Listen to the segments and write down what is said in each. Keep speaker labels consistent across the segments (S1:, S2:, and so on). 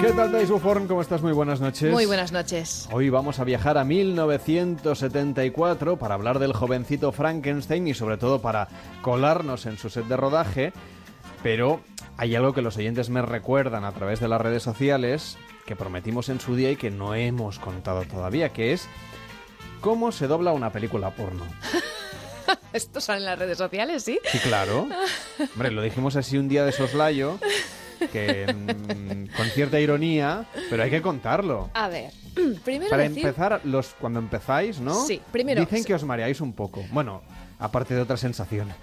S1: ¿Qué tal, Thais Buforn? ¿Cómo estás? Muy buenas noches.
S2: Muy buenas noches.
S1: Hoy vamos a viajar a 1974 para hablar del jovencito Frankenstein y sobre todo para colarnos en su set de rodaje. Pero hay algo que los oyentes me recuerdan a través de las redes sociales que prometimos en su día y que no hemos contado todavía, que es cómo se dobla una película porno.
S2: Esto sale en las redes sociales, ¿sí?
S1: Sí, claro. Hombre, lo dijimos así un día de soslayo, que mm, con cierta ironía, pero hay que contarlo.
S2: A ver, primero
S1: Para
S2: decir-
S1: empezar, los cuando empezáis, ¿no?
S2: Sí, primero-
S1: Dicen que os mareáis un poco. Bueno, aparte de otras sensaciones.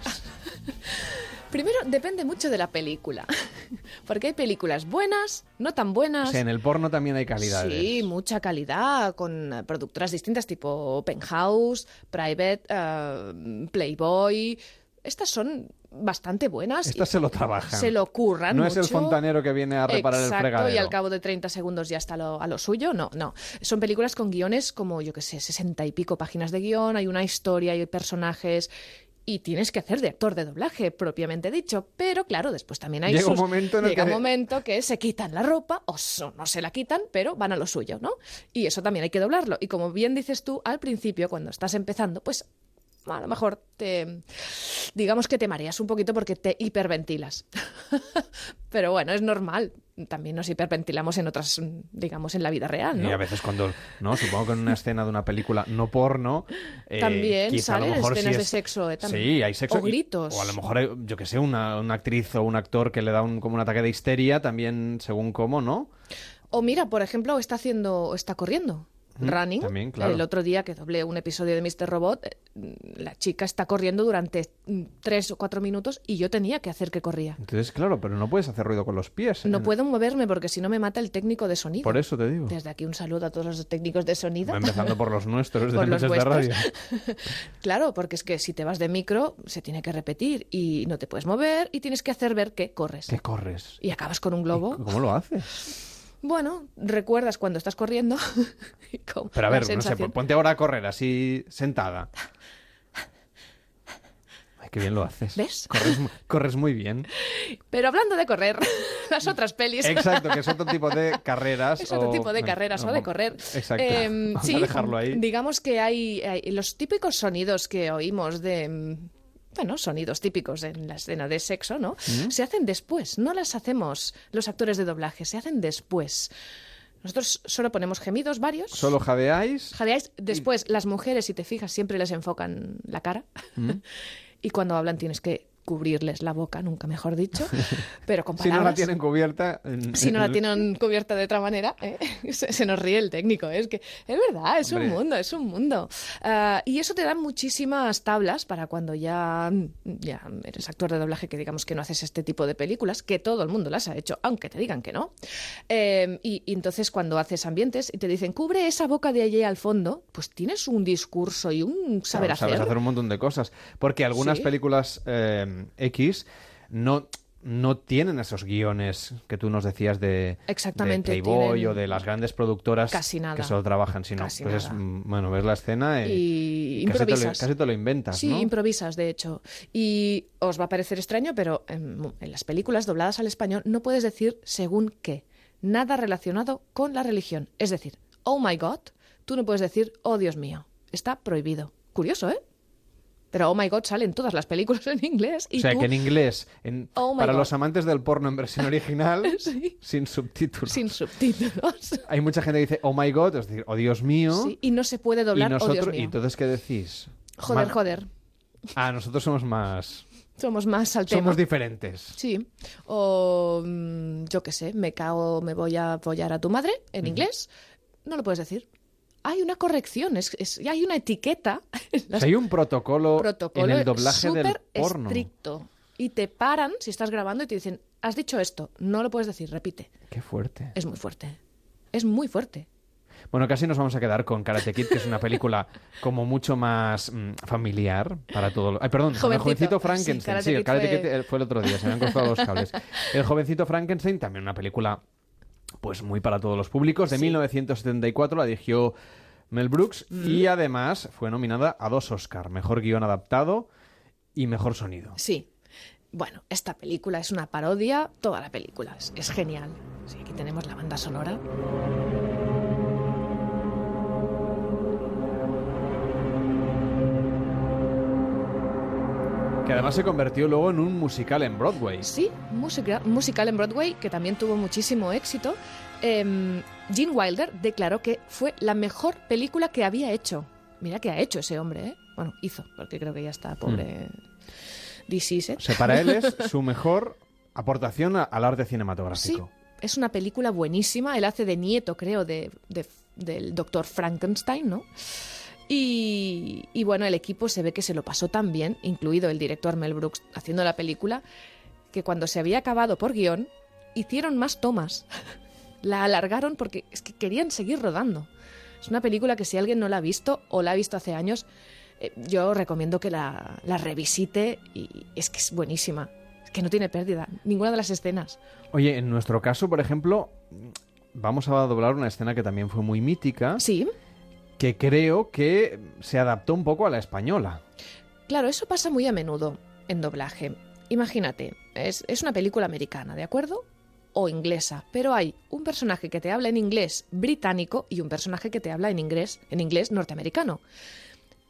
S2: primero depende mucho de la película, porque hay películas buenas, no tan
S1: O
S2: buenas.
S1: sea, en el porno también hay calidades.
S2: Sí, mucha calidad, con eh, productoras distintas tipo Penthouse, Private, eh, Playboy. Estas son bastante buenas.
S1: Estas
S2: y
S1: se lo trabajan.
S2: Se lo curran
S1: No es el
S2: mucho.
S1: fontanero que viene a reparar
S2: Exacto,
S1: el fregadero.
S2: y al cabo de 30 segundos ya está lo- a lo suyo. No, no. Son películas con guiones como, yo qué sé, 60 y pico páginas de guión, hay una historia, hay personajes. Y tienes que hacer de actor de doblaje, propiamente dicho. Pero claro, después también hay.
S1: Llega un
S2: sus-
S1: momento en el
S2: llega
S1: que-
S2: un momento que se quitan la ropa, o so- no se la quitan, pero van a lo suyo, ¿no? Y eso también hay que doblarlo. Y como bien dices tú, al principio, cuando estás empezando, pues a lo mejor te. digamos que te mareas un poquito porque te hiperventilas. Pero bueno, es normal. También nos hiperventilamos en otras, mm, digamos, en la vida real, ¿no?
S1: Y a veces cuando, no, supongo que en una escena de una película no porno, eh,
S2: También
S1: quizá a lo
S2: salen
S1: mejor
S2: escenas
S1: sí
S2: de
S1: es-
S2: sexo, eh, también.
S1: Sí, hay sexo.
S2: O gritos.
S1: o a lo mejor, eh, yo que sé, una, una actriz o un actor que le da un, como un ataque de histeria, también según cómo, ¿no?
S2: O mira, por ejemplo, está haciendo, está corriendo.
S1: Mm,
S2: Running.
S1: también, claro.
S2: El otro día que doblé un episodio de Mr. Robot, eh, mm, la chica está corriendo durante mm, tres o cuatro minutos y yo tenía que hacer que corría.
S1: Entonces, claro, pero no puedes hacer ruido con los pies.
S2: No
S1: Eh,
S2: puedo moverme porque si no me mata el técnico de sonido.
S1: Por eso te digo.
S2: Desde aquí un saludo a todos los técnicos de sonido.
S1: Empezando por los nuestros de
S2: Por
S1: Noches
S2: los
S1: de
S2: vuestros.
S1: Radio.
S2: Claro, porque es que si te vas de micro se tiene que repetir y no te puedes mover y tienes que hacer ver que corres.
S1: ¿Qué corres?
S2: Y acabas con un globo.
S1: ¿Cómo lo haces?
S2: Bueno, recuerdas cuando estás corriendo. Y como
S1: Pero a
S2: la
S1: ver, no sé,
S2: sensación-
S1: pon- ponte ahora a correr así sentada. Ay, qué bien lo haces.
S2: ¿Ves?
S1: Corres, mu- corres muy bien.
S2: Pero hablando de correr, las otras pelis.
S1: Exacto, que es otro tipo de carreras.
S2: Es otro
S1: o-
S2: tipo de
S1: no,
S2: carreras
S1: no,
S2: o de
S1: vamos-
S2: correr.
S1: Exacto.
S2: Em,
S1: Vamos
S2: sí,
S1: a dejarlo ahí.
S2: Digamos que hay, hay los típicos sonidos que oímos de. mm, Bueno, sonidos típicos en la escena de sexo, ¿no?
S1: Mm.
S2: Se hacen después, no las hacemos los actores de doblaje, se hacen después. Nosotros solo ponemos gemidos varios.
S1: Solo jadeáis.
S2: Jadeáis. Después, las mujeres, si te fijas, siempre les enfocan la cara. y cuando hablan tienes que cubrirles la boca, nunca mejor dicho. Pero con
S1: Si no la
S2: palabras.
S1: tienen cubierta. en-
S2: Si no la
S1: en-
S2: tienen cubierta de otra manera, ¿eh? se, se nos ríe el técnico. ¿eh? Es que es verdad, es un
S1: Hombre.
S2: mundo, es un mundo. Ah, y eso te da muchísimas tablas para cuando ya, ya eres actor de doblaje que digamos que no haces este tipo de películas, que todo el mundo las ha hecho, aunque te digan que no. Eh, y, y entonces cuando haces ambientes y te dicen, cubre esa boca de allí al fondo, pues tienes un discurso y un saber
S1: Claro,
S2: hacer.
S1: Sabes hacer un montón de cosas. Porque algunas
S2: Sí.
S1: películas eh, X no, no tienen esos guiones que tú nos decías de,
S2: Exactamente,
S1: de Playboy
S2: tienen
S1: o de las grandes productoras
S2: casi nada.
S1: que solo trabajan, sino
S2: Casi
S1: pues es,
S2: nada.
S1: mm, bueno, ves la escena y,
S2: Y
S1: casi, te lo,
S2: improvisas.
S1: casi te lo inventas,
S2: Sí,
S1: ¿no?
S2: improvisas, de hecho. Y os va a parecer extraño, pero en, en las películas dobladas al español no puedes decir según qué. Nada relacionado con la religión. Es decir, oh my God, tú no puedes decir oh Dios mío. Está prohibido. Curioso, ¿eh? Pero oh my God sale en todas las películas en inglés. Y
S1: o sea,
S2: tú,
S1: que en inglés, en-
S2: Oh my
S1: para
S2: God.
S1: los amantes del porno en versión original,
S2: Sí.
S1: sin subtítulos.
S2: sin subtítulos.
S1: Hay mucha gente que dice, oh my god, es decir, oh Dios mío.
S2: Sí, y no se puede
S1: y
S2: doblar oh
S1: nosotros,
S2: Dios mío.
S1: y entonces, ¿qué decís?
S2: Joder,
S1: Ma-
S2: joder.
S1: Ah, nosotros somos más.
S2: Somos más al tema.
S1: Somos diferentes.
S2: Sí, o mm, yo qué sé, me cago, me voy a apoyar a tu madre en inglés, no lo puedes decir. Hay una corrección, es, es- y hay una etiqueta en
S1: O
S2: las
S1: sea, hay un protocolo,
S2: protocolo
S1: en el doblaje del
S2: súper
S1: porno.
S2: estricto. Y te paran si estás grabando y te dicen, has dicho esto, no lo puedes decir, repite.
S1: Qué fuerte.
S2: Es muy fuerte, es muy fuerte.
S1: Bueno, casi nos vamos a quedar con Karate Kid, que es una película como mucho más mm, familiar para todo. lo- Ay, perdón, con el jovencito
S2: Jovencito. Sí,
S1: Frankenstein. Sí,
S2: Karate
S1: el
S2: Kid
S1: Karate
S2: fue-
S1: Kid eh, fue el otro día, se me han cortado los cables. El jovencito Frankenstein, también una película pues muy para todos los públicos, de 1974, la dirigió Mel Brooks
S2: Mm.
S1: y además fue nominada a dos Oscar, mejor guión adaptado y mejor sonido.
S2: Sí, bueno, esta película es una parodia, toda la película, es- es genial. Sí, aquí tenemos la banda sonora.
S1: Que además se convirtió luego en un musical en Broadway.
S2: Sí, musica- musical en Broadway, que también tuvo muchísimo éxito. Em, Gene Wilder declaró que fue la mejor película que había hecho. Mira que ha hecho ese hombre, ¿eh? Bueno, hizo, porque creo que ya está pobre. Disease.
S1: O sea, para él es su mejor aportación a- al arte
S2: Sí,
S1: cinematográfico.
S2: es una película buenísima. Él hace de nieto, creo, de, de- del doctor Frankenstein, ¿no? Y, y bueno, el equipo se ve que se lo pasó tan bien, incluido el director Mel Brooks haciendo la película, que cuando se había acabado por guión, hicieron más tomas. La alargaron porque es que querían seguir rodando. Es una película que si alguien no la ha visto o la ha visto hace años, eh, yo recomiendo que la, la revisite y es que es buenísima. Es que no tiene pérdida, ninguna de las escenas.
S1: Oye, en nuestro caso, por ejemplo, vamos a doblar una escena que también fue muy mítica,
S2: Sí,
S1: que creo que se adaptó un poco a la española.
S2: claro, eso pasa muy a menudo en doblaje. Imagínate, es, es una película americana, ¿de acuerdo? O inglesa, pero hay un personaje que te habla en inglés británico y un personaje que te habla en inglés, en inglés norteamericano.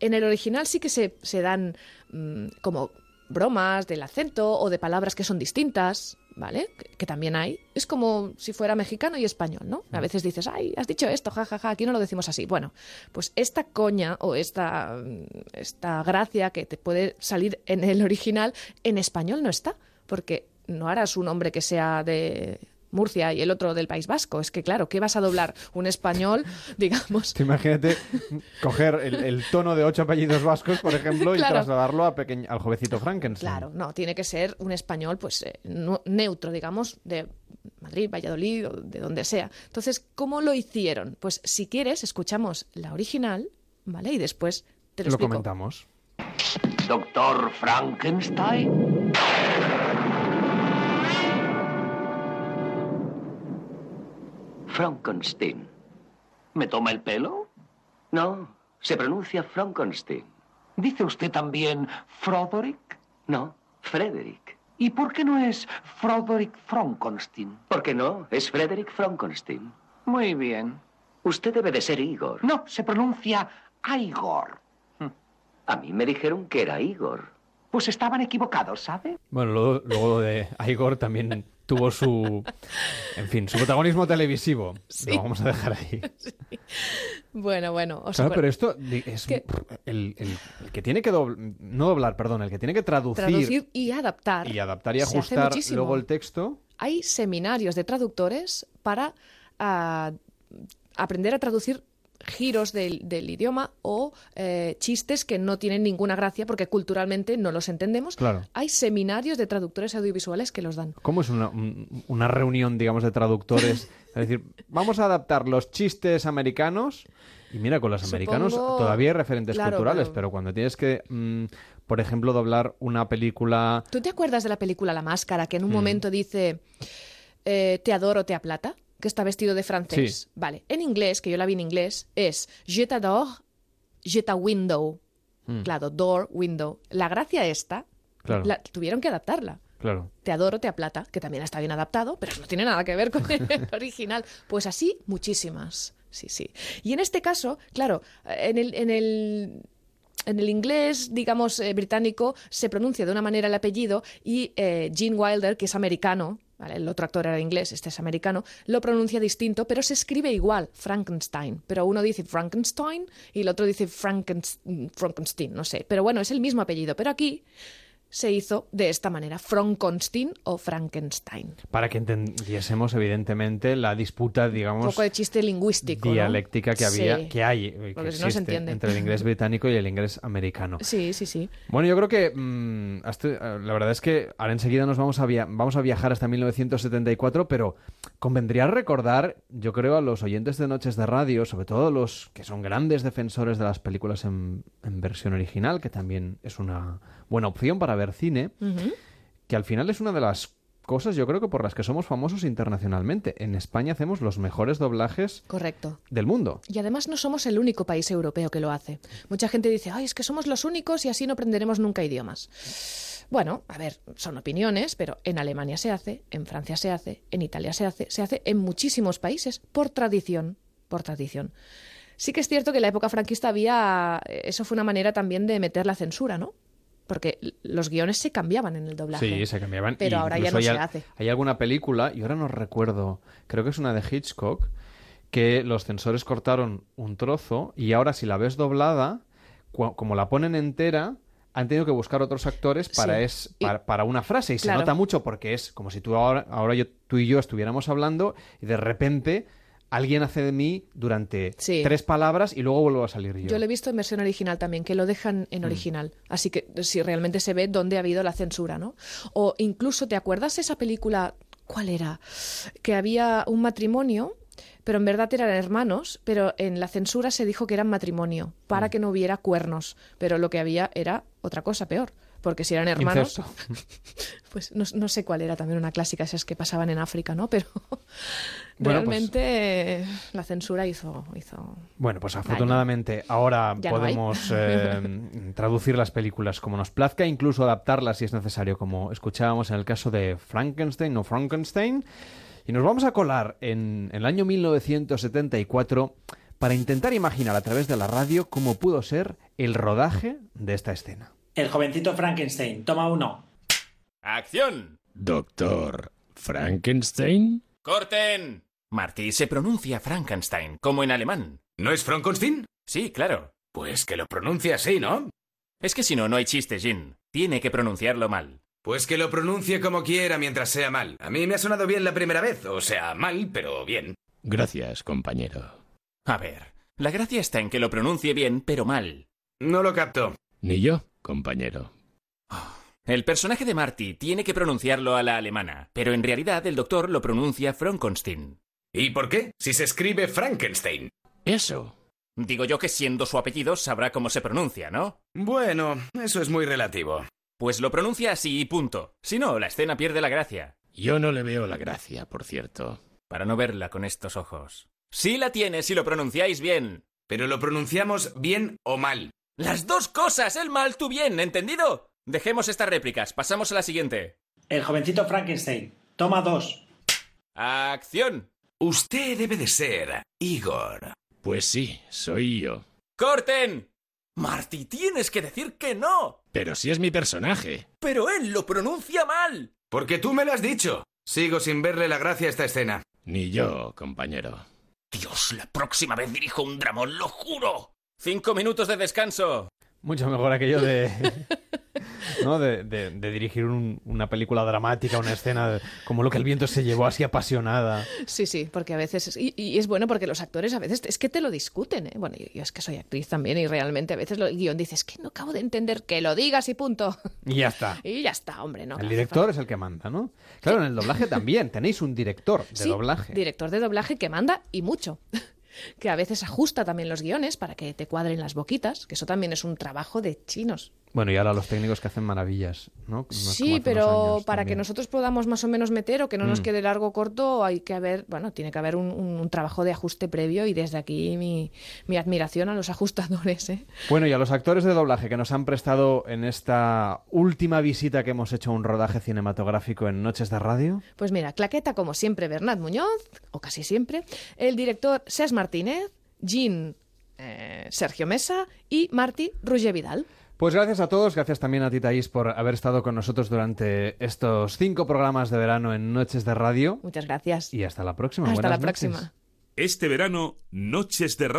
S2: En el original sí que se, se dan mm, como bromas del acento o de palabras que son distintas, ¿vale? Que, que también hay. Es como si fuera mexicano y español, ¿no? A veces dices, ay, has dicho esto, jajaja, aquí no lo decimos así. Bueno, pues esta coña o esta, mm, esta gracia que te puede salir en el original, en español no está, porque no harás un hombre que sea de... Murcia y el otro del País Vasco. Es que, claro, ¿qué vas a doblar? Un español, digamos,
S1: Tú Imagínate coger el, el tono de ocho apellidos vascos, por ejemplo, y
S2: Claro.
S1: trasladarlo a pequeñ- al jovencito Frankenstein.
S2: Claro, no, tiene que ser un español pues eh, nu- neutro, digamos, de Madrid, Valladolid o de donde sea. Entonces, ¿cómo lo hicieron? Pues si quieres, escuchamos la original, ¿vale? Y después te lo,
S1: Lo
S2: explico.
S1: comentamos.
S3: Doctor Frankenstein. Frankenstein. ¿Me toma el pelo? No, se pronuncia Frankenstein. ¿Dice usted también Froderick? No, Frederick. ¿Y por qué no es Froderick Frankenstein? Porque no, es Frederick Frankenstein. Muy bien. Usted debe de ser Igor. No, se pronuncia Igor. A mí me dijeron que era Igor. Pues estaban equivocados, ¿sabe?
S1: Bueno, luego, luego lo de Igor también tuvo su. En fin, su protagonismo televisivo. Lo vamos a dejar ahí.
S2: Bueno, bueno, os
S1: Claro,
S2: acuer-
S1: pero esto di- es
S2: que-
S1: el, el- el que tiene que dobl- no doblar, perdón, el que tiene que traducir,
S2: traducir y adaptar.
S1: y adaptar y
S2: se hace
S1: ajustar
S2: muchísimo.
S1: luego el texto.
S2: Hay seminarios de traductores para ah, aprender a traducir giros del, del idioma o eh, chistes que no tienen ninguna gracia porque culturalmente no los entendemos.
S1: Claro.
S2: Hay seminarios de traductores audiovisuales que los dan.
S1: ¿Cómo es una, un- una reunión, digamos, de traductores? Es decir, vamos a adaptar los chistes americanos. Y mira, con los americanos
S2: Supongo-
S1: todavía hay referentes
S2: claro,
S1: culturales,
S2: claro.
S1: pero cuando tienes que, mm, por ejemplo, doblar una película
S2: ¿Tú te acuerdas de la película La Máscara, que en un
S1: Mm.
S2: momento dice eh, Te adoro, te aplata? Que está vestido de francés.
S1: Sí.
S2: Vale. En inglés, que yo la vi en inglés, es Je t'adore, je t'a window. Claro, door, window. La gracia esta,
S1: Mm. Claro.
S2: la- tuvieron que adaptarla.
S1: Claro.
S2: Te adoro, te aplata, que también está bien adaptado, pero no tiene nada que ver con el original. Pues así, muchísimas. Sí, sí. Y en este caso, claro, en el, en el, en el inglés, digamos, eh, británico, se pronuncia de una manera el apellido y eh, Gene Wilder, que es americano, ¿vale? el otro actor era inglés, este es americano, lo pronuncia distinto, pero se escribe igual, Frankenstein. Pero uno dice Frankenstein y el otro dice Frankenstein, Frankenstein, no sé. Pero bueno, es el mismo apellido. Pero aquí se hizo de esta manera, Frankenstein o Frankenstein.
S1: Para que entendiésemos, evidentemente, la disputa,
S2: Un
S1: digamos,
S2: poco de chiste lingüístico. ¿no?
S1: dialéctica que había,
S2: Sí.
S1: que hay, eh, que
S2: Porque si
S1: existe
S2: no se entiende.
S1: entre el inglés británico y el inglés americano.
S2: Sí, sí, sí.
S1: Bueno, yo creo que mm, hasta- eh, la verdad es que ahora enseguida nos vamos a, via- vamos a viajar hasta 1974, pero convendría recordar, yo creo, a los oyentes de Noches de Radio, sobre todo los que son grandes defensores de las películas en, en versión original, que también es una buena opción para ver cine, que al final es una de las cosas yo creo que por las que somos famosos internacionalmente. En España hacemos los mejores doblajes
S2: Correcto.
S1: del mundo.
S2: Y además no somos el único país europeo que lo hace. Mucha gente dice, ay, es que somos los únicos y así no aprenderemos nunca idiomas. Bueno, a ver, son opiniones, pero en Alemania se hace, en Francia se hace, en Italia se hace, se hace en muchísimos países, por tradición, por tradición. Sí que es cierto que en la época franquista había, eh, eso fue una manera también de meter la censura, ¿no? Porque l- los guiones se cambiaban en el doblaje.
S1: Sí, se cambiaban.
S2: Pero ahora ya
S1: Incluso
S2: no se
S1: hay, al-
S2: hace.
S1: Hay alguna película, y ahora no recuerdo, creo que es una de Hitchcock, que los censores cortaron un trozo y ahora si la ves doblada, cua- como la ponen entera, han tenido que buscar otros actores para,
S2: Sí.
S1: es,
S2: Y-
S1: para, para una frase. Y se
S2: Claro.
S1: nota mucho porque es como si tú ahora, ahora yo, tú y yo estuviéramos hablando y de repente alguien hace de mí durante
S2: Sí.
S1: tres palabras y luego vuelvo a salir yo.
S2: Yo lo he visto en versión original también, que lo dejan
S1: Mm.
S2: en original. Así que si realmente se ve dónde ha habido la censura, ¿no? O incluso, ¿te acuerdas esa película? ¿Cuál era? Que había un matrimonio, pero en verdad eran hermanos, pero en la censura se dijo que eran matrimonio,
S1: Mm.
S2: para que no hubiera cuernos. Pero lo que había era otra cosa peor. Porque si eran hermanos,
S1: Incesto.
S2: pues no, no sé cuál era también una clásica, esas que pasaban en África, ¿no? Pero
S1: Bueno, pues-
S2: realmente eh, la censura hizo, hizo
S1: Bueno, pues afortunadamente ahora
S2: Ya no hay.
S1: podemos eh, traducir las películas como nos plazca, incluso adaptarlas si es necesario, como escuchábamos en el caso de Frankenstein o Frankenstein. Y nos vamos a colar en, el año 1974 para intentar imaginar a través de la radio cómo pudo ser el rodaje de esta escena.
S4: El jovencito Frankenstein, toma uno.
S5: ¡Acción!
S6: Doctor Frankenstein.
S5: ¡Corten! Marty se pronuncia Frankenstein, como en alemán.
S7: ¿No es Frankenstein?
S5: Sí, claro.
S7: Pues que lo pronuncia así, ¿no?
S5: Es que si no, no hay chiste, Jin. Tiene que pronunciarlo mal.
S7: Pues que lo pronuncie como quiera mientras sea mal. A mí me ha sonado bien la primera vez, o sea, mal, pero bien.
S6: Gracias, compañero.
S5: A ver, la gracia está en que lo pronuncie bien, pero mal.
S7: No lo capto.
S6: Ni yo, compañero.
S5: El personaje de Marty tiene que pronunciarlo a la alemana, pero en realidad el doctor lo pronuncia Frankenstein.
S7: ¿Y por qué? Si se escribe Frankenstein.
S6: Eso.
S5: Digo yo que siendo su apellido sabrá cómo se pronuncia, ¿no?
S7: Bueno, eso es muy relativo.
S5: Pues lo pronuncia así y punto. Si no, la escena pierde la gracia.
S6: Yo no le veo la gracia, por cierto.
S5: Para no verla con estos ojos. Sí la tiene si lo pronunciáis bien.
S7: Pero lo pronunciamos bien o mal.
S5: Las dos cosas, el mal, tú bien, ¿entendido? Dejemos estas réplicas, pasamos a la siguiente.
S4: El jovencito Frankenstein, toma dos.
S5: ¡Acción!
S7: Usted debe de ser Igor.
S6: Pues sí, soy yo.
S5: ¡Corten! Marty, tienes que decir que no.
S6: Pero si es mi personaje.
S5: Pero él lo pronuncia mal.
S7: Porque tú me lo has dicho. Sigo sin verle la gracia a esta escena.
S6: Ni yo, compañero.
S5: Dios, la próxima vez dirijo un dramón, lo juro. Cinco minutos de descanso.
S1: Mucho mejor aquello de. ¿no? de, de- de dirigir un- una película dramática, una escena de- como lo que el viento se llevó así apasionada.
S2: Sí, sí, porque a veces, es- y, y es bueno porque los actores a veces es que te lo discuten, ¿eh? Bueno, yo, yo es que soy actriz también y realmente a veces lo- el guión dice, es que no acabo de entender que lo digas y punto.
S1: Y ya está.
S2: Y ya está, hombre, ¿no?
S1: El director es el que manda, ¿no? Claro, en el doblaje también. Tenéis un director de
S2: Sí,
S1: doblaje.
S2: Director de doblaje que manda y mucho. que a veces ajusta también los guiones para que te cuadren las boquitas, que eso también es un trabajo de chinos.
S1: bueno, y ahora los técnicos que hacen maravillas, ¿no? Como- como
S2: Sí,
S1: hace unos
S2: pero
S1: años
S2: para que
S1: también. Mm.
S2: nosotros podamos más o menos meter o que no nos quede largo o corto, hay que haber, bueno, tiene que haber un, un- un trabajo de ajuste previo y desde aquí mi, mi admiración a los ajustadores. ¿eh?
S1: Bueno, y a los actores de doblaje que nos han prestado en esta última visita que hemos hecho a un rodaje cinematográfico en Noches de Radio.
S2: Pues mira, claqueta como siempre Bernat Muñoz, o casi siempre, el director Ses Martínez, Jean eh, Sergio Mesa y Martí Ruger Vidal.
S1: Pues gracias a todos, gracias también a ti, Thaís, por haber estado con nosotros durante estos cinco programas de verano en Noches de Radio.
S2: Muchas gracias.
S1: Y hasta la próxima.
S2: Hasta
S1: Buenas
S2: la
S1: noches.
S2: próxima.
S8: Este verano, Noches de Radio.